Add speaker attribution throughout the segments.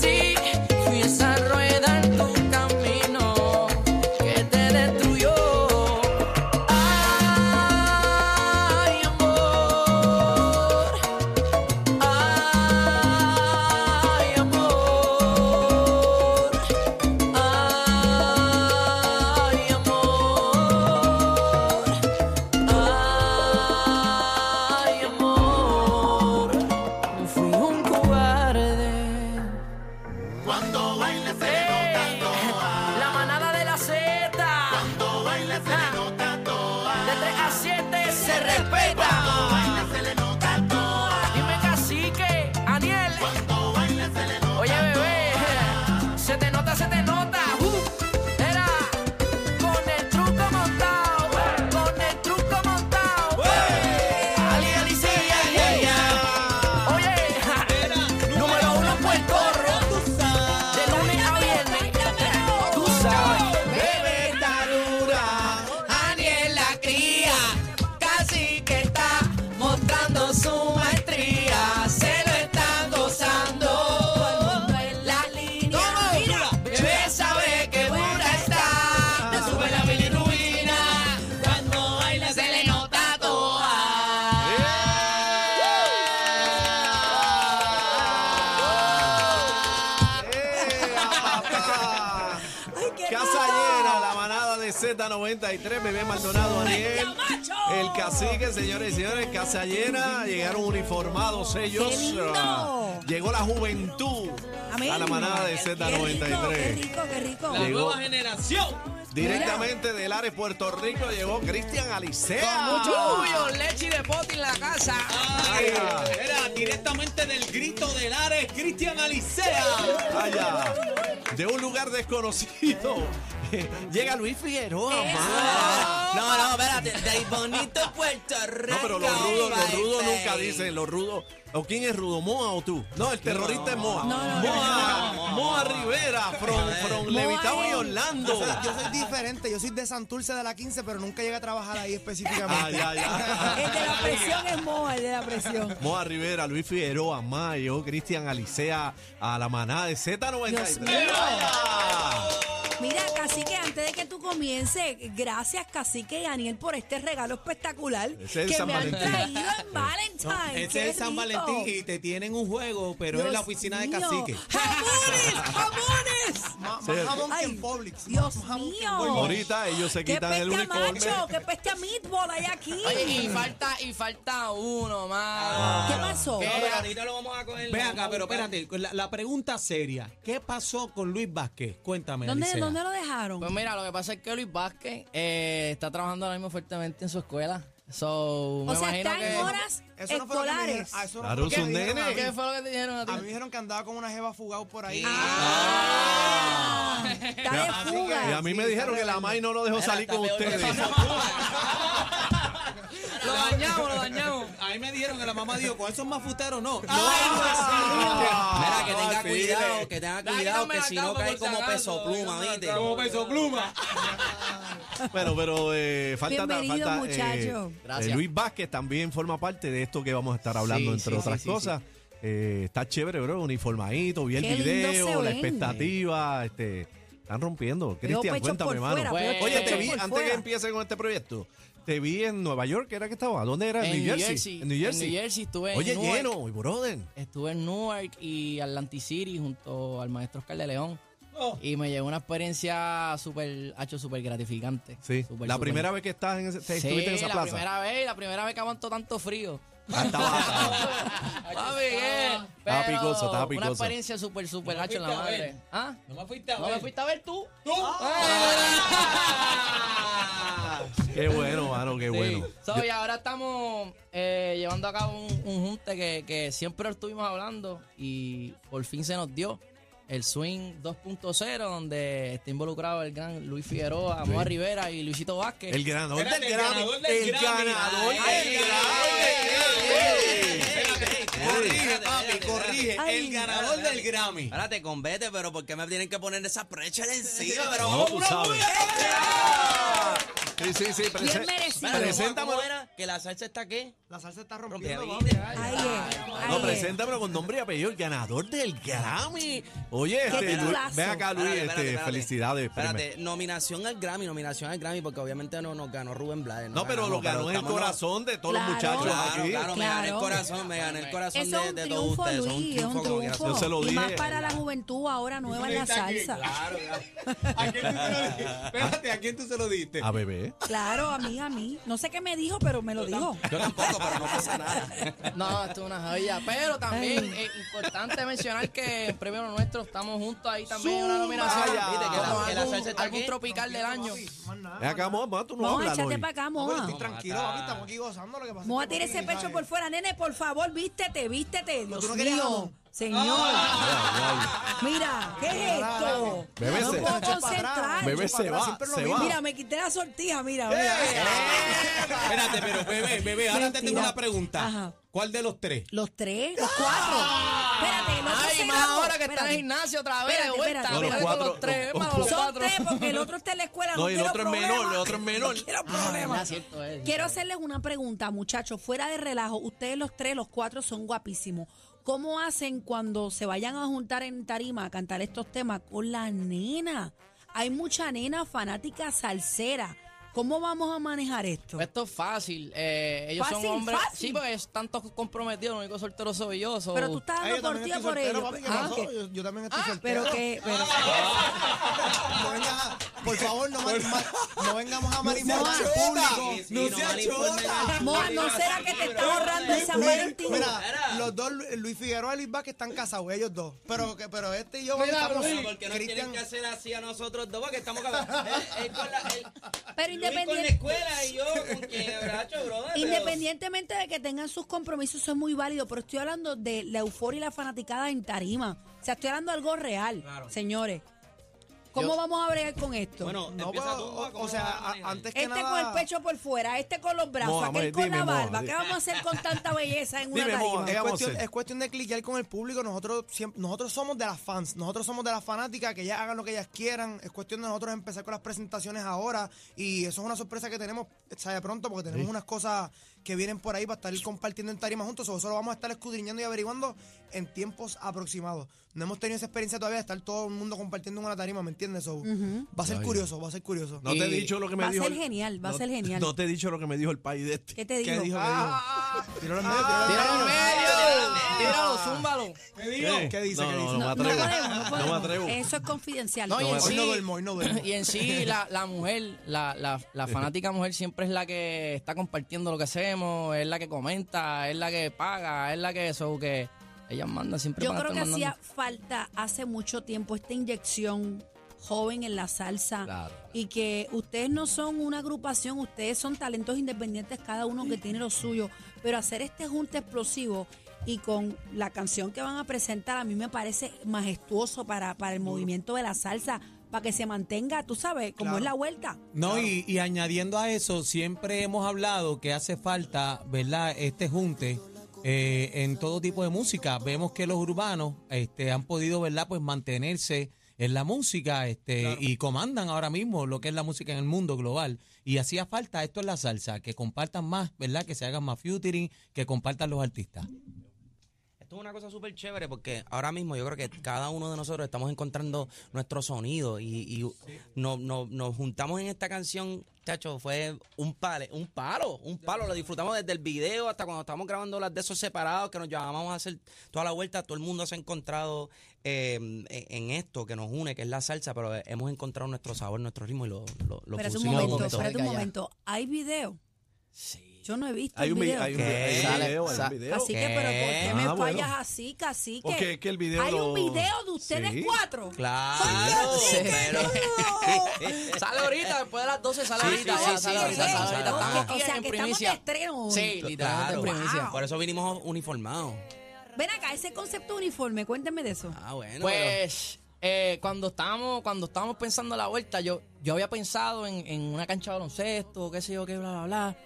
Speaker 1: Sí, fui esa rueda en tu camino que te destruyó. Ay, amor. Ay, amor. Ay, amor. Ay, amor. Fui un cobarde. Eh,
Speaker 2: Cuando baila se le nota toa.
Speaker 1: La manada de la Z. Ah.
Speaker 2: Cuando baila se le nota toa.
Speaker 1: De 3 a 7 se
Speaker 2: Cuando
Speaker 1: respeta.
Speaker 2: baila se le nota toa.
Speaker 1: Dime cacique, Aniel.
Speaker 2: Cuando baila se le nota
Speaker 1: Oye, bebé. Se te nota, se te nota. Uh, era con el truco montado. Con el truco montado. Ali, Ali, sí, ay, ay, ay. Oye, ja, número uno
Speaker 2: pues,
Speaker 1: Puerto Rico. De lunes a viernes. Tú sabes.
Speaker 2: Bebé está dura, Aniel la cría, casi que está mostrando su maestría, se lo están gozando. La línea, mira, bebé sabe que pura está, le sube la bilirrubina, cuando baila se le nota
Speaker 3: Eh,
Speaker 2: toa.
Speaker 3: Casa llena, la manada de Z93, bebé Maldonado, Ariel, el cacique, señores y señores, casa llena, llegaron uniformados ellos.
Speaker 4: ¡Qué lindo!
Speaker 3: ah, Llegó la juventud
Speaker 4: Amén.
Speaker 3: a la manada de
Speaker 4: Qué
Speaker 3: Z93.
Speaker 4: rico, qué rico, qué rico.
Speaker 3: Llegó
Speaker 2: generación.
Speaker 3: directamente de Lares, Puerto Rico, llegó Cristian Alicea.
Speaker 1: Mucho orgullo, leche y de poti en la casa.
Speaker 3: Ay, ay,
Speaker 2: Era directamente del grito del Ares, Cristian Alicea.
Speaker 3: ay, ay. De un lugar desconocido. Llega Luis Figueroa, mano.
Speaker 2: No, no, espérate, del bonito Puerto Rico.
Speaker 3: No, pero los rudos, los rudos nunca dicen, los rudos. ¿O quién es rudo? ¿Moa o tú? No, el terrorista es Moa. Moa, Moa Rivera, from, from Levitao y Orlando.
Speaker 5: Yo soy diferente, yo soy de Santurce de la 15, pero nunca llegué a trabajar ahí
Speaker 3: Ay,
Speaker 5: específicamente.
Speaker 3: ay, ay.
Speaker 4: El de la presión es moa, el de la presión.
Speaker 3: Moa Rivera, Luis Figueroa, Mayo, Cristian Alicea, a la manada de
Speaker 4: Dios mío.
Speaker 3: Z93.
Speaker 4: Mira, cacique, antes de que tú comiences, gracias, cacique y Daniel, por este regalo espectacular
Speaker 3: Ese es
Speaker 4: que
Speaker 3: San
Speaker 4: me
Speaker 3: Valentín.
Speaker 4: han traído en Valentine.
Speaker 2: Ese es San Valentín y te tienen un juego, pero es la oficina de cacique.
Speaker 4: ¡Jamones! ¡Jamones!
Speaker 5: Más,
Speaker 3: Sí.
Speaker 5: más jabón que
Speaker 4: Ay,
Speaker 5: en Publix.
Speaker 4: Dios
Speaker 5: Más jabón que en
Speaker 4: mío.
Speaker 5: Publix.
Speaker 3: Ahorita ellos se
Speaker 4: ¡Qué
Speaker 3: quitan el
Speaker 4: peste a
Speaker 3: uniforme.
Speaker 4: macho! ¡Qué peste a meatball hay aquí!
Speaker 1: Oye, y falta, y falta uno más.
Speaker 4: ¿Qué pasó?
Speaker 1: ¿Qué?
Speaker 2: pero ahorita lo vamos a coger. Ven acá, pero espérate, la, la pregunta seria. ¿Qué pasó con Luis Vázquez? Cuéntame,
Speaker 4: ¿Dónde,
Speaker 2: Alicea.
Speaker 4: ¿Dónde lo dejaron?
Speaker 1: Pues mira, lo que pasa es que Luis Vázquez eh, está trabajando ahora mismo fuertemente en su escuela. So, me
Speaker 4: O sea,
Speaker 1: imagino
Speaker 4: están
Speaker 1: que...
Speaker 4: horas
Speaker 5: Eso no fue lo que me dijeron.
Speaker 4: escolares.
Speaker 5: Ah, eso no
Speaker 3: Claro,
Speaker 5: fue lo que
Speaker 3: es un
Speaker 5: me dijeron
Speaker 3: nene.
Speaker 5: a
Speaker 1: ¿Qué
Speaker 5: mí.
Speaker 1: fue lo que te dijeron a ti?
Speaker 5: A mí me dijeron que andaba con una jeva fugado por ahí.
Speaker 4: Está Ah, de
Speaker 3: Ah,
Speaker 4: fuga.
Speaker 3: Y a mí me dijeron que la May no lo dejó salir con ustedes.
Speaker 1: Lo dañamos, lo dañamos.
Speaker 2: A mí me dijeron que la mamá dijo, con esos mafuteros no. Ah,
Speaker 6: Mira, que tenga
Speaker 3: Ah, sí,
Speaker 6: cuidado,
Speaker 3: le-
Speaker 6: que tenga
Speaker 1: Dale,
Speaker 6: cuidado,
Speaker 1: dame
Speaker 6: que
Speaker 1: la
Speaker 6: si no
Speaker 1: capa,
Speaker 6: cae
Speaker 1: por
Speaker 6: como
Speaker 1: si acaso,
Speaker 6: peso pluma,
Speaker 1: dame la
Speaker 6: ¿viste?
Speaker 1: capa. Como
Speaker 2: peso pluma.
Speaker 3: Bueno, pero eh, falta,
Speaker 4: Bienvenido,
Speaker 3: falta eh,
Speaker 4: muchacho.
Speaker 1: Gracias.
Speaker 3: Luis Vázquez también forma parte de esto que vamos a estar hablando,
Speaker 1: Sí,
Speaker 3: entre
Speaker 1: sí,
Speaker 3: otras
Speaker 1: sí, sí,
Speaker 3: cosas. Eh, está chévere, bro, uniformadito, vi el
Speaker 4: Qué lindo se
Speaker 3: video, la
Speaker 4: ven.
Speaker 3: expectativa, este, están rompiendo.
Speaker 4: Veo
Speaker 3: Cristian,
Speaker 4: pechos
Speaker 3: cuéntame,
Speaker 4: por
Speaker 3: hermano.
Speaker 4: fuera,
Speaker 1: Pues,
Speaker 4: veo
Speaker 3: Oye, te
Speaker 4: pechos
Speaker 3: vi,
Speaker 4: por
Speaker 3: antes
Speaker 4: fuera.
Speaker 3: que empiece con este proyecto, te vi en Nueva York, ¿era que estaba? ¿Dónde era?
Speaker 1: En
Speaker 3: New
Speaker 1: New
Speaker 3: Jersey.
Speaker 1: Jersey,
Speaker 3: En New Jersey.
Speaker 1: en New Jersey estuve en
Speaker 3: Oye,
Speaker 1: Newark.
Speaker 3: lleno, y brother.
Speaker 1: Estuve en Newark y Atlantic City junto al maestro Oscar de León. Y me llegó una experiencia súper, hacho, súper gratificante.
Speaker 3: Sí,
Speaker 1: Súper,
Speaker 3: la
Speaker 1: súper.
Speaker 3: primera vez que estás en ese, te
Speaker 1: Sí,
Speaker 3: estuviste en esa
Speaker 1: la
Speaker 3: plaza.
Speaker 1: primera vez, la primera vez que aguanto tanto frío.
Speaker 3: Ah, estaba-
Speaker 1: Papi, ¿qué?
Speaker 3: Estaba
Speaker 1: Pero
Speaker 3: picoso, estaba
Speaker 1: Una
Speaker 3: picoso.
Speaker 1: experiencia súper, súper hacho en la
Speaker 2: fuiste a
Speaker 1: madre.
Speaker 2: ver.
Speaker 1: ¿Ah?
Speaker 2: No me fuiste a
Speaker 1: ¿No me fuiste a ver tú?
Speaker 2: ¡Tú!
Speaker 3: qué bueno, mano, qué bueno.
Speaker 1: So, y ahora estamos eh, llevando a cabo un, un junte que, que siempre estuvimos hablando y por fin se nos dio. el Swing 2.0, donde está involucrado el gran Luis Figueroa, Moa Rivera y Luisito Vázquez.
Speaker 3: El ganador del
Speaker 6: Espérate, el
Speaker 3: Grammy.
Speaker 6: ganador del
Speaker 3: El
Speaker 6: Grammy.
Speaker 3: ganador
Speaker 6: Ay,
Speaker 3: del
Speaker 6: ay,
Speaker 3: Grammy.
Speaker 6: Corrige, papi, corrige.
Speaker 4: Ay.
Speaker 6: El ganador del Grammy.
Speaker 3: Ah,
Speaker 2: Espérate, con vete, pero ¿por qué me tienen que poner esa precha de encima? Pero
Speaker 3: No,
Speaker 2: vamos
Speaker 3: tú
Speaker 2: por una
Speaker 3: sabes.
Speaker 2: buena.
Speaker 3: Sí, sí, sí.
Speaker 4: Bien
Speaker 3: prese-
Speaker 4: merecido.
Speaker 2: Espérate,
Speaker 3: Preséntamelo.
Speaker 2: ¿cómo era? Que la salsa está qué?
Speaker 5: La salsa está
Speaker 2: Rompiendo,
Speaker 5: rompiendo,
Speaker 2: ¿viste?
Speaker 5: papi. ay.
Speaker 4: Ahí es,
Speaker 3: No,
Speaker 4: ahí es.
Speaker 3: preséntamelo con nombre y apellido, el ganador del Grammy. Oye, este, Luis,
Speaker 4: titulazo.
Speaker 3: ven acá, Luis,
Speaker 2: Espérate,
Speaker 3: este,
Speaker 2: espérate, espérate.
Speaker 3: felicidades.
Speaker 2: Espérate,
Speaker 3: primero.
Speaker 2: nominación al Grammy, nominación al Grammy, porque obviamente no nos ganó Rubén Blades.
Speaker 3: No, pero lo ganó en el
Speaker 2: estamos-
Speaker 3: corazón de todos
Speaker 4: Claro.
Speaker 3: los muchachos
Speaker 2: Claro,
Speaker 3: aquí.
Speaker 2: claro, me gané el
Speaker 4: Claro.
Speaker 2: corazón, me gané el corazón
Speaker 4: Eso es
Speaker 2: de,
Speaker 4: un
Speaker 2: de todos
Speaker 4: triunfo,
Speaker 2: ustedes. eso
Speaker 4: Luis, es un
Speaker 2: como quiera.
Speaker 4: triunfo.
Speaker 3: Yo se lo
Speaker 4: y más
Speaker 3: dije.
Speaker 4: para la juventud ahora nueva en la
Speaker 6: Está aquí,
Speaker 4: salsa.
Speaker 6: Claro, claro. ¿A quién tú se lo diste? Espérate, ¿a quién tú se lo diste?
Speaker 3: A bebé.
Speaker 4: Claro, a mí, a mí. No sé qué me dijo, pero me lo dijo.
Speaker 2: Yo tampoco, pero no pasa nada.
Speaker 1: No, esto es una joya. Pero también es importante mencionar que en premio nuestro estamos juntos ahí también. Una nominación.
Speaker 3: Vaya.
Speaker 1: Viste que la-
Speaker 2: Como
Speaker 1: que la
Speaker 2: algún-
Speaker 1: salsa está
Speaker 2: algún
Speaker 1: aquí. tropical del año.
Speaker 5: Más nada,
Speaker 3: Ven acá, Moa, Moa, tú no
Speaker 4: Vamos a
Speaker 3: hablas
Speaker 4: echarte
Speaker 3: hoy.
Speaker 4: para acá,
Speaker 5: Bueno,
Speaker 4: Moa.
Speaker 5: estoy tranquilo, papi, estamos aquí gozando lo que pasa.
Speaker 4: Moa
Speaker 5: es que
Speaker 4: tiene
Speaker 5: tú
Speaker 4: ese
Speaker 5: no
Speaker 4: pecho
Speaker 5: querías,
Speaker 4: por fuera. Nene, por favor, vístete, vístete. Dios
Speaker 5: tú no querías
Speaker 4: mío.
Speaker 5: jamón.
Speaker 4: Señor.
Speaker 3: ah,
Speaker 4: Mira, ¿qué es esto?
Speaker 3: Bebé
Speaker 4: no
Speaker 3: se-
Speaker 4: puedo
Speaker 5: Echa para atrás,
Speaker 4: concentrar.
Speaker 3: Bebé
Speaker 5: Echa para
Speaker 3: se
Speaker 5: atrás,
Speaker 3: va,
Speaker 5: siempre lo
Speaker 3: se
Speaker 5: mismo.
Speaker 3: va.
Speaker 4: Mira, me quité la sortija, mira, mira.
Speaker 3: eh.
Speaker 6: Espérate, pero bebé, bebé, ahora te tengo
Speaker 4: Mentira.
Speaker 6: una pregunta.
Speaker 4: Ajá.
Speaker 6: ¿Cuál de los tres?
Speaker 4: Los tres, los cuatro. Espérate, el otro
Speaker 1: Ay,
Speaker 4: se
Speaker 1: más
Speaker 4: graduó.
Speaker 1: ahora que está en
Speaker 4: Espérate.
Speaker 1: el gimnasio otra vez.
Speaker 4: Espérate,
Speaker 1: de vuelta.
Speaker 4: espérate. No, los
Speaker 1: Dale con
Speaker 3: cuatro,
Speaker 1: los tres,
Speaker 3: los-
Speaker 1: hermano, los
Speaker 4: Son
Speaker 1: cuatro.
Speaker 4: tres, porque el otro está en la escuela. No,
Speaker 3: No, y el
Speaker 4: quiero
Speaker 3: otro es menor,
Speaker 4: problemas.
Speaker 3: el otro es menor.
Speaker 4: No quiero
Speaker 1: Ah,
Speaker 4: problemas.
Speaker 1: cierto es.
Speaker 4: Quiero hacerles una pregunta, muchachos. Fuera de relajo, ustedes los tres, los cuatro son guapísimos. ¿Cómo hacen cuando se vayan a juntar en tarima a cantar estos temas con la nena? Hay mucha nena fanática salsera. ¿Cómo vamos a manejar esto?
Speaker 1: Esto es fácil. eh, ellos
Speaker 4: Fácil,
Speaker 1: son hombres.
Speaker 4: fácil.
Speaker 1: Sí, porque están todos comprometidos. Lo único soltero soy yo. so-
Speaker 4: Pero tú estás
Speaker 5: Ay, Ah, yo
Speaker 4: dando por
Speaker 5: también
Speaker 4: ti o
Speaker 5: estoy
Speaker 4: por
Speaker 5: soltero,
Speaker 4: ellos.
Speaker 5: papi, ¿qué
Speaker 4: Ah,
Speaker 5: pasó?
Speaker 4: ¿qué?
Speaker 5: Yo- Yo también estoy soltero.
Speaker 4: Pero que... pero-
Speaker 5: No venga- Por favor, no, mal- mal- no vengamos a
Speaker 6: ¡No
Speaker 5: marimar
Speaker 6: sea
Speaker 5: al
Speaker 6: chota!
Speaker 5: público.
Speaker 6: ¡No sea chota!
Speaker 4: Moa, ¿no será que te está ahorrando el San Valentín?
Speaker 5: Mira, los dos, Lu- Luis Figueroa y Luis Vázquez están casados, ellos dos. Pero, que- pero este y yo
Speaker 2: Mira,
Speaker 5: estamos...
Speaker 2: Luis, porque nos tienen
Speaker 5: Cristian-
Speaker 2: que hacer así a nosotros dos, porque estamos cabrón. Él- él con la- él-
Speaker 4: Pero
Speaker 2: Luis con la
Speaker 4: independiente-
Speaker 2: escuela y yo con quebracho, brother. pero-
Speaker 4: Independientemente de que tengan sus compromisos, eso es muy válido, pero estoy hablando de la euforia y la fanaticada en tarima. O sea, estoy hablando de algo real, señores. ¿Cómo
Speaker 2: Yo-
Speaker 4: vamos a bregar con esto?
Speaker 2: Bueno,
Speaker 5: No,
Speaker 2: empieza
Speaker 5: pero,
Speaker 2: tú.
Speaker 5: o-
Speaker 2: ¿cómo
Speaker 5: o sea,
Speaker 2: lo vas a
Speaker 5: a-
Speaker 2: manejar?
Speaker 5: antes que
Speaker 4: este
Speaker 5: nada...
Speaker 4: con el pecho por fuera, este con los brazos,
Speaker 3: Moa,
Speaker 4: aquel
Speaker 3: me-
Speaker 4: con
Speaker 3: dime,
Speaker 4: la
Speaker 3: Moa,
Speaker 4: barba.
Speaker 3: di-
Speaker 4: ¿Qué vamos a hacer con tanta belleza en una
Speaker 3: Dime, Moa,
Speaker 4: tarima?
Speaker 3: ¿qué
Speaker 5: Es
Speaker 3: vamos a
Speaker 5: cuestión,
Speaker 3: hacer?
Speaker 5: es cuestión de cliquear con el público. Nosotros siempre, nosotros somos de las fans, nosotros somos de las fanáticas, que ellas hagan lo que ellas quieran. Es cuestión de nosotros empezar con las presentaciones ahora. Y eso es una sorpresa que tenemos, sabe pronto, porque tenemos unas cosas que vienen por ahí para estar compartiendo en tarima juntos. Eso lo vamos a estar escudriñando y averiguando en tiempos aproximados. No hemos tenido esa experiencia todavía de estar todo el mundo compartiendo en una tarima, ¿me entiendes? So, Va a ser curioso, va a ser curioso.
Speaker 3: No te he
Speaker 1: Y-
Speaker 3: dicho lo que me
Speaker 4: va a
Speaker 3: dijo.
Speaker 4: ser
Speaker 3: el-
Speaker 4: genial, va a
Speaker 3: no-
Speaker 4: ser genial.
Speaker 3: No te he dicho lo que me dijo el país de este.
Speaker 4: ¿Qué te dijo? Ah,
Speaker 5: ¿Qué dijo? ¿Qué dijo? Tíralo
Speaker 1: Tíralo
Speaker 5: en medio, tíralo
Speaker 1: en
Speaker 5: en medio.
Speaker 1: medio. Tíralo, zúmbalo.
Speaker 3: Ah, ¿Qué?
Speaker 5: ¿Qué dice?
Speaker 3: No,
Speaker 5: ¿Qué
Speaker 3: no, no
Speaker 5: dice?
Speaker 3: me
Speaker 4: no, no
Speaker 3: atrevo.
Speaker 4: podemos, no
Speaker 3: No me
Speaker 4: podemos.
Speaker 3: atrevo.
Speaker 4: Eso es confidencial.
Speaker 1: No, y en
Speaker 5: Hoy
Speaker 1: sí,
Speaker 5: no duermo, hoy no duermo.
Speaker 1: Y en sí, la, la mujer, la, la, la fanática mujer siempre es la que está compartiendo lo que hacemos, es la que comenta, es la que paga, es la que eso, que ellas mandan siempre
Speaker 4: Yo
Speaker 1: van a
Speaker 4: creo que
Speaker 1: estar mandando.
Speaker 4: hacía falta hace mucho tiempo esta inyección joven en la salsa
Speaker 1: Claro.
Speaker 4: y que ustedes no son una agrupación, ustedes son talentos independientes, cada uno que tiene lo suyo, pero hacer este junte explosivo y con la canción que van a presentar a mí me parece majestuoso para, para el movimiento de la salsa, para que se mantenga, tú sabes, como es la vuelta.
Speaker 6: No, y, y añadiendo a eso, siempre hemos hablado que hace falta, ¿verdad?, este junte eh, en todo tipo de música. Vemos que los urbanos este, han podido, ¿verdad?, pues mantenerse en la música este, y comandan ahora mismo lo que es la música en el mundo global. Y hacía falta esto en la salsa, que compartan más, ¿verdad?, que se hagan más featuring, que compartan los artistas.
Speaker 2: Esto es una cosa súper chévere porque ahora mismo yo creo que cada uno de nosotros estamos encontrando nuestro sonido y, y nos, nos- nos juntamos en esta canción, chacho, fue un, pale, un palo, un palo, lo disfrutamos desde el video hasta cuando estábamos grabando las de esos separados que nos llevábamos a hacer toda la vuelta, todo el mundo se ha encontrado eh, en- en esto que nos une, que es la salsa, pero eh, hemos encontrado nuestro sabor, nuestro ritmo y lo, lo, lo
Speaker 4: espérate un
Speaker 2: fusionamos
Speaker 4: momento,
Speaker 2: todo.
Speaker 4: espérate un
Speaker 1: Venga, ya.
Speaker 4: momento, ¿hay video?
Speaker 2: Sí.
Speaker 4: Yo no he visto
Speaker 3: Hay
Speaker 4: el
Speaker 3: un vi-
Speaker 4: video.
Speaker 3: hay un
Speaker 2: ¿Qué?
Speaker 3: video, hay un
Speaker 1: Sa-
Speaker 3: video.
Speaker 4: Así que, pero ¿por qué
Speaker 2: ¿Qué?
Speaker 4: me
Speaker 3: Ah, bueno.
Speaker 4: fallas así, cacique?
Speaker 3: Porque es que el video
Speaker 4: Hay un
Speaker 3: lo-
Speaker 4: video de ustedes
Speaker 3: Sí.
Speaker 4: cuatro.
Speaker 2: Claro,
Speaker 1: Sí.
Speaker 2: pero-
Speaker 4: ah,
Speaker 1: Sale ahorita, después de las 12 sale
Speaker 2: Sí,
Speaker 1: ahorita.
Speaker 2: sí,
Speaker 1: sale,
Speaker 2: sí,
Speaker 1: sale
Speaker 2: sí,
Speaker 1: ahorita,
Speaker 2: sí,
Speaker 1: sale
Speaker 2: sí,
Speaker 1: ahorita.
Speaker 2: sí.
Speaker 1: Estamos
Speaker 4: O
Speaker 1: aquí en
Speaker 4: sea, que estamos de
Speaker 1: primicia.
Speaker 4: estreno hoy.
Speaker 1: Sí, literalmente
Speaker 2: Claro.
Speaker 1: en primicia.
Speaker 2: Por eso vinimos uniformados.
Speaker 4: Ven acá, ese concepto de uniforme, cuéntame de eso.
Speaker 2: Ah, bueno.
Speaker 1: Pues eh, cuando estábamos cuando estábamos pensando la vuelta, yo, yo había pensado en, en una cancha de baloncesto, qué sé yo, qué bla, bla, bla.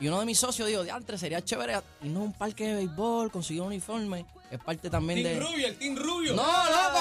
Speaker 1: Y uno de mis socios dijo, diantre, sería chévere irnos a un parque de béisbol, conseguir un uniforme. Es parte también de...
Speaker 2: Rubio, el Team Rubio.
Speaker 1: No, loco.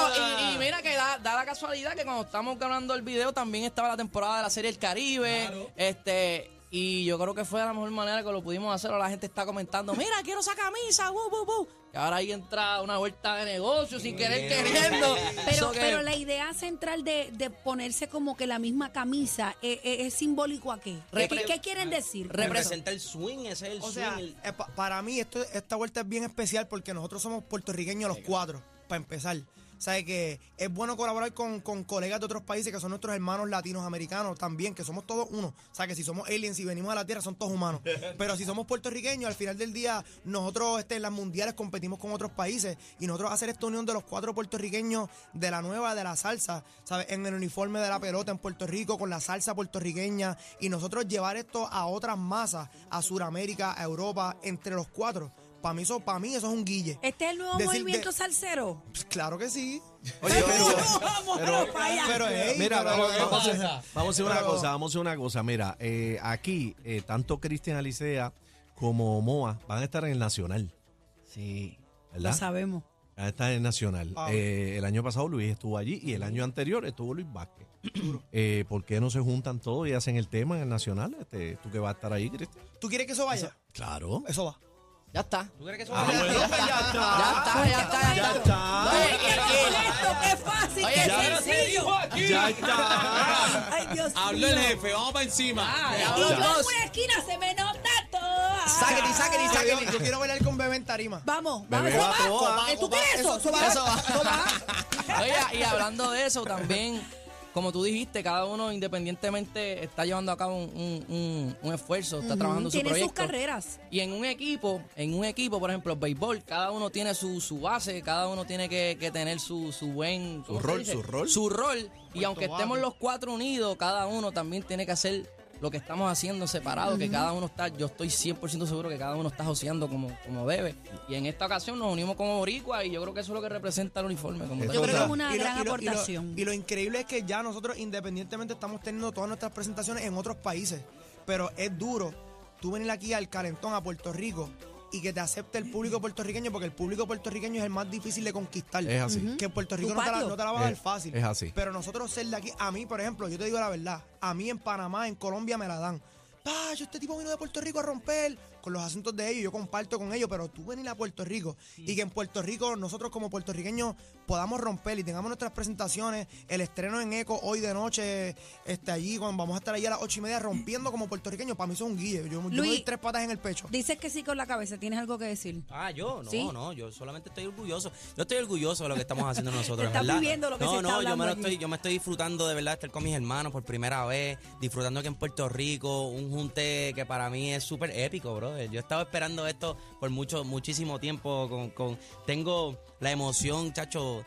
Speaker 1: Y, y mira que da, da la casualidad que cuando estamos grabando el video también estaba la temporada de la serie El Caribe. Este. Y yo creo que fue la mejor manera que lo pudimos hacer. Ahora La gente está comentando, mira, quiero esa camisa, bu, bu, bu. Y ahora ahí entra una vuelta de negocio sin querer queriendo.
Speaker 4: Pero,
Speaker 1: So que-
Speaker 4: pero la idea central de, de ponerse como que la misma camisa eh, eh, es simbólico a qué? ¿Qué,
Speaker 1: Repre-
Speaker 4: qué quieren decir? con eso?
Speaker 2: Representa el swing, ese es el
Speaker 5: O
Speaker 2: swing.
Speaker 5: sea,
Speaker 2: el-
Speaker 5: eh, pa- para mí esto, esta vuelta es bien especial porque nosotros somos puertorriqueños los cuatro, para empezar. O sea, que es bueno colaborar con, con colegas de otros países que son nuestros hermanos latinos americanos también, que somos todos uno. O sea, que si somos aliens y venimos a la Tierra, son todos humanos. Pero si somos puertorriqueños, al final del día, nosotros este, en las mundiales competimos con otros países y nosotros hacer esta unión de los cuatro puertorriqueños de la nueva, de la salsa, ¿sabes? En el uniforme de la pelota en Puerto Rico, con la salsa puertorriqueña y nosotros llevar esto a otras masas, a Sudamérica, a Europa, entre los cuatro. Para mí, eso, para mí eso es un guille.
Speaker 4: Este es el nuevo
Speaker 5: Decir
Speaker 4: movimiento
Speaker 5: de-
Speaker 4: salsero.
Speaker 5: Pues claro que sí.
Speaker 3: Oye,
Speaker 4: Vamos, vamos para allá.
Speaker 5: Pero, hey,
Speaker 3: Mira,
Speaker 5: pero-
Speaker 3: vamos,
Speaker 5: pero-
Speaker 3: vamos a-
Speaker 6: pasa?
Speaker 3: vamos a hacer una
Speaker 5: Pero-
Speaker 3: cosa, vamos a hacer una cosa. Mira, eh, aquí eh, tanto Cristian Alicea como Moa van a estar en el Nacional,
Speaker 1: Sí.
Speaker 4: Lo
Speaker 3: ¿verdad?
Speaker 4: sabemos.
Speaker 3: Van a estar en el Nacional.
Speaker 5: Ah.
Speaker 3: Eh, el año pasado Luis estuvo allí y el año anterior estuvo Luis Vázquez. Eh, ¿Por qué no se juntan todos y hacen el tema en el Nacional? Este, ¿Tú que vas a estar ahí, Cristian?
Speaker 5: ¿Tú quieres que eso vaya?
Speaker 3: Claro.
Speaker 5: Eso va.
Speaker 1: Ya está.
Speaker 2: ¿Tú crees que eso
Speaker 5: Ah, bueno.
Speaker 1: Ya está, Ah, ya está, ya está.
Speaker 4: Ay, qué completo, qué fácil,
Speaker 1: Oye,
Speaker 4: qué
Speaker 1: ya lo
Speaker 4: sencillo. Ah,
Speaker 3: Ya está.
Speaker 4: Ay, Dios
Speaker 6: Habló
Speaker 4: mío.
Speaker 6: el jefe, vamos para encima.
Speaker 1: Ya
Speaker 4: Y yo
Speaker 1: habló
Speaker 4: en
Speaker 1: Dios.
Speaker 4: una esquina se me nota todo.
Speaker 1: Sáquete, sáquete,
Speaker 5: Yo-
Speaker 1: sáquete.
Speaker 5: Yo quiero bailar con Bebé en tarima.
Speaker 4: Vamos,
Speaker 3: Bebé,
Speaker 4: vamos,
Speaker 3: va,
Speaker 4: sobaco.
Speaker 3: va,
Speaker 4: ¿Eh, ¿Tú quieres eso?
Speaker 5: Eso va.
Speaker 4: Sobaco,
Speaker 1: Oye, y hablando de eso también, como tú dijiste, cada uno independientemente está llevando a cabo un, un- un- un esfuerzo, está trabajando su
Speaker 4: Tiene
Speaker 1: proyecto.
Speaker 4: sus carreras.
Speaker 1: Y en un equipo, en un equipo, por ejemplo, el béisbol, cada uno tiene su, su base, cada uno tiene que, que tener su, su buen... ¿cómo se
Speaker 3: rol,
Speaker 1: dice?
Speaker 3: su rol.
Speaker 1: Su rol. Y aunque
Speaker 5: bate.
Speaker 1: estemos los cuatro unidos, cada uno también tiene que hacer lo que estamos haciendo separado, que cada uno está, yo estoy 100% seguro que cada uno está joseando como, como debe. Y en esta ocasión nos unimos como boricua y yo creo que eso es lo que representa el uniforme. Como
Speaker 3: Yo
Speaker 1: tal.
Speaker 4: Yo creo que
Speaker 3: Total.
Speaker 4: es una
Speaker 5: Y lo-
Speaker 4: gran
Speaker 5: y lo- y lo-
Speaker 4: aportación.
Speaker 5: Y lo increíble es que ya nosotros independientemente estamos teniendo todas nuestras presentaciones en otros países. Pero es duro tú venir aquí al calentón, a Puerto Rico, y que te acepte el público puertorriqueño, porque el público puertorriqueño es el más difícil de conquistar.
Speaker 3: Es así.
Speaker 5: Que en Puerto
Speaker 4: Tu
Speaker 5: Rico no te, la,
Speaker 4: patio.
Speaker 5: no te la va a dar
Speaker 3: Es-
Speaker 5: fácil.
Speaker 3: es así.
Speaker 5: Pero nosotros ser de aquí, a mí, por ejemplo, yo te digo la verdad, a mí en Panamá, en Colombia me la dan. Pa, yo este tipo vino de Puerto Rico a romper con los asuntos de ellos, yo comparto con ellos, pero tú venir a Puerto Rico y que en Puerto Rico nosotros como puertorriqueños podamos romper y tengamos nuestras presentaciones, el estreno en Eco hoy de noche, este allí, cuando vamos a estar allí a las ocho y media rompiendo como puertorriqueños, para mí eso es un guille, yo, yo me
Speaker 4: Luis,
Speaker 5: doy tres patas en el pecho.
Speaker 4: Dices que sí con la cabeza, tienes algo que decir.
Speaker 2: Ah, yo, no,
Speaker 4: Sí.
Speaker 2: no, yo solamente estoy orgulloso. Yo estoy orgulloso de lo que estamos haciendo nosotros,
Speaker 4: Te estás
Speaker 2: ¿verdad?
Speaker 4: viviendo lo que
Speaker 2: no,
Speaker 4: se está
Speaker 2: no, yo
Speaker 4: hablando
Speaker 2: me, lo
Speaker 4: aquí.
Speaker 2: estoy, yo me estoy disfrutando de verdad estar con mis hermanos por primera vez, disfrutando que en Puerto Rico, un junte que para mí es súper épico, brother. Yo he estado esperando esto por mucho, muchísimo tiempo. Con, con- tengo la emoción, chacho.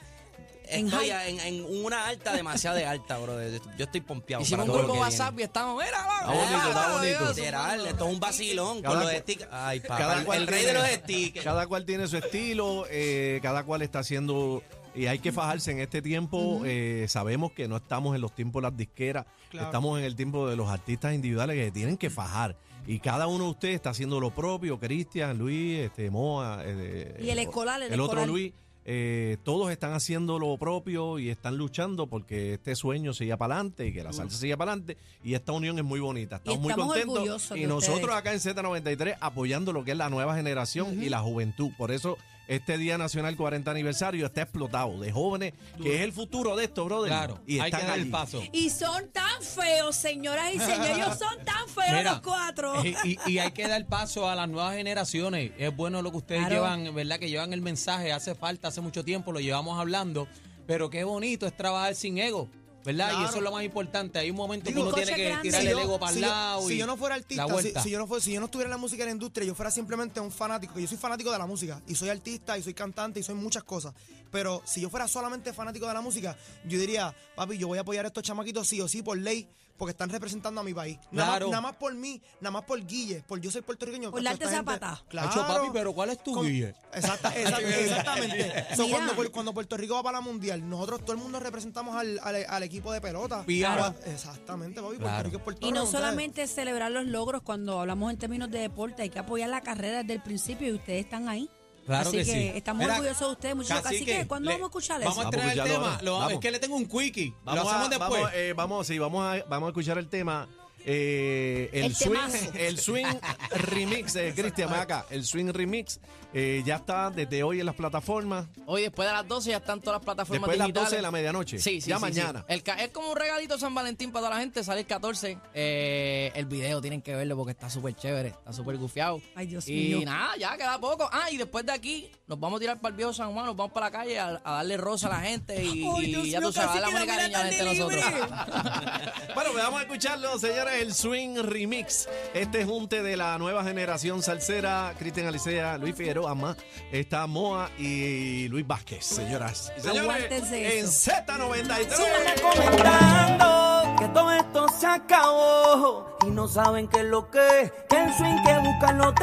Speaker 4: En
Speaker 2: Estoy
Speaker 4: high.
Speaker 2: en, en una alta, demasiado de alta, brother. Yo estoy pompeado.
Speaker 1: Hicimos
Speaker 2: para
Speaker 1: un
Speaker 2: todo
Speaker 1: grupo
Speaker 2: lo que viene.
Speaker 1: WhatsApp y estamos, mira,
Speaker 2: Ah,
Speaker 1: vamos,
Speaker 2: bonito,
Speaker 1: vamos,
Speaker 2: está bonito.
Speaker 1: Dios.
Speaker 2: Literal, esto es un vacilón
Speaker 3: Cada
Speaker 2: con los
Speaker 3: cual-
Speaker 2: stickers. Ay,
Speaker 3: cada
Speaker 2: papá, el-
Speaker 3: cual
Speaker 2: el rey de
Speaker 3: tiene-
Speaker 2: los stickers.
Speaker 3: Cada cual tiene su estilo, eh, cada cual está haciendo... Y hay que fajarse en este tiempo. eh, sabemos que no estamos en los tiempos de las disqueras,
Speaker 5: Claro.
Speaker 3: estamos en el tiempo de los artistas individuales que tienen que fajar. Y cada uno de ustedes está haciendo lo propio, Cristian, Luis, este, Moa. eh,
Speaker 4: Y el escolar, el
Speaker 3: otro
Speaker 4: escolar.
Speaker 3: Luis. eh, todos están haciendo lo propio y están luchando porque este sueño siga para adelante y que la salsa siga para adelante. Y esta unión es muy bonita. Estamos, muy
Speaker 4: estamos
Speaker 3: contentos.
Speaker 4: orgullosos
Speaker 3: Y
Speaker 4: de
Speaker 3: nosotros
Speaker 4: ustedes.
Speaker 3: acá en Z93 apoyando lo que es la nueva generación y la juventud. Por eso este Día Nacional 40 Aniversario está explotado de jóvenes, que es el futuro de esto, brother.
Speaker 6: Claro,
Speaker 3: y
Speaker 6: hay que
Speaker 3: están
Speaker 6: dar el
Speaker 3: allí.
Speaker 6: paso.
Speaker 4: Y son tan feos, señoras y señores. Ellos son tan feos
Speaker 6: Mira,
Speaker 4: los cuatro.
Speaker 6: Y, Eh, y- y hay que dar paso a las nuevas generaciones. Es bueno lo que ustedes
Speaker 4: Claro.
Speaker 6: llevan, ¿verdad? Que llevan el mensaje, hace falta, hace mucho tiempo lo llevamos hablando. Pero qué bonito es trabajar sin ego, ¿verdad? Y
Speaker 5: Claro.
Speaker 6: eso es lo más importante. Hay un momento
Speaker 4: Digo,
Speaker 6: que uno
Speaker 4: coche
Speaker 6: tiene que
Speaker 4: grande.
Speaker 6: tirar el
Speaker 4: Si yo-
Speaker 6: ego para
Speaker 5: si
Speaker 6: el
Speaker 5: yo-
Speaker 6: lado.
Speaker 5: si
Speaker 6: y
Speaker 5: yo no fuera artista,
Speaker 6: la
Speaker 5: si,
Speaker 6: vuelta.
Speaker 5: si yo no fue- si yo no estuviera en la música en la industria, yo fuera simplemente un fanático, que yo soy fanático de la música y soy artista y soy cantante y soy muchas cosas, Pero si yo fuera solamente fanático de la música, yo diría, papi, yo voy a apoyar a estos chamaquitos sí o sí por ley, porque están representando a mi país. Nada,
Speaker 6: Claro.
Speaker 5: más, nada más por mí, nada más por Guille, por yo ser puertorriqueño.
Speaker 4: Por
Speaker 5: Tacho,
Speaker 4: darte
Speaker 5: esta gente-
Speaker 4: zapata.
Speaker 5: Claro.
Speaker 6: Tacho, papi, pero ¿cuál es tu Guille?
Speaker 5: Exacta- exacta- exactamente. So,
Speaker 4: Mira.
Speaker 5: cuando, cuando Puerto Rico va para la mundial, nosotros todo el mundo representamos al, al- al equipo de pelota.
Speaker 6: Claro.
Speaker 5: Exactamente, papi. Puerto
Speaker 6: Claro.
Speaker 5: Rico es Puerto
Speaker 4: Y no
Speaker 5: Rico, ¿sabes?
Speaker 4: solamente celebrar los logros cuando hablamos en términos de deporte, hay que apoyar la carrera desde el principio y ustedes están ahí.
Speaker 6: Claro
Speaker 4: Así
Speaker 6: que sí.
Speaker 4: estamos
Speaker 6: Mira,
Speaker 4: orgullosos de ustedes, muchachos. Así que, ¿cuándo
Speaker 6: le-
Speaker 4: vamos a escuchar eso?
Speaker 6: Vamos a
Speaker 3: Vamos a
Speaker 6: estrenar el
Speaker 3: escucharlo
Speaker 6: tema.
Speaker 3: ahora.
Speaker 6: Lo-
Speaker 3: Vamos.
Speaker 6: Es que le tengo un quickie.
Speaker 3: Vamos
Speaker 6: lo hacemos
Speaker 3: a,
Speaker 6: después.
Speaker 3: Vamos, eh, vamos, sí, vamos a, vamos a escuchar el tema. eh, el,
Speaker 4: El
Speaker 3: swing,
Speaker 4: temazo.
Speaker 3: el swing remix, eh, Cristian, ven acá, el swing remix eh, ya está desde hoy en las plataformas,
Speaker 1: Hoy después de las 12 ya están todas las plataformas
Speaker 3: después de las
Speaker 1: digitales.
Speaker 3: 12 de la medianoche,
Speaker 1: Sí, sí,
Speaker 3: ya
Speaker 1: sí,
Speaker 3: mañana.
Speaker 1: sí. El ca- es como un regalito San Valentín para toda la gente. Sale el 14. Eh, el video tienen que verlo porque está súper chévere. Está súper gufiado.
Speaker 4: Ay, Dios
Speaker 1: y
Speaker 4: mío.
Speaker 1: nada, ya queda poco. Ah, y después de aquí nos vamos a tirar para el viejo San Juan. Nos vamos para la calle a, a darle rosa a la gente. Y,
Speaker 4: Ay,
Speaker 1: y
Speaker 4: Dios
Speaker 1: ya
Speaker 4: mío,
Speaker 1: tú sabes, a
Speaker 4: casi
Speaker 1: darle
Speaker 4: que la
Speaker 1: amor y cariño
Speaker 4: mira
Speaker 1: a la
Speaker 4: tan
Speaker 1: gente de
Speaker 4: libre.
Speaker 1: nosotros.
Speaker 3: Bueno, pues vamos a escucharlo, señores, el Swing Remix. Este junte de la nueva generación salsera, Cristian Alicea, Luis Figueroa, más, está Moa y Luis Vázquez, señoras. y Señores,
Speaker 4: Aguántense
Speaker 3: en
Speaker 4: eso.
Speaker 3: Z93.
Speaker 7: Siguen comentando que todo esto se acabó y no saben qué es lo que es, que el swing que buscan lo tenemos.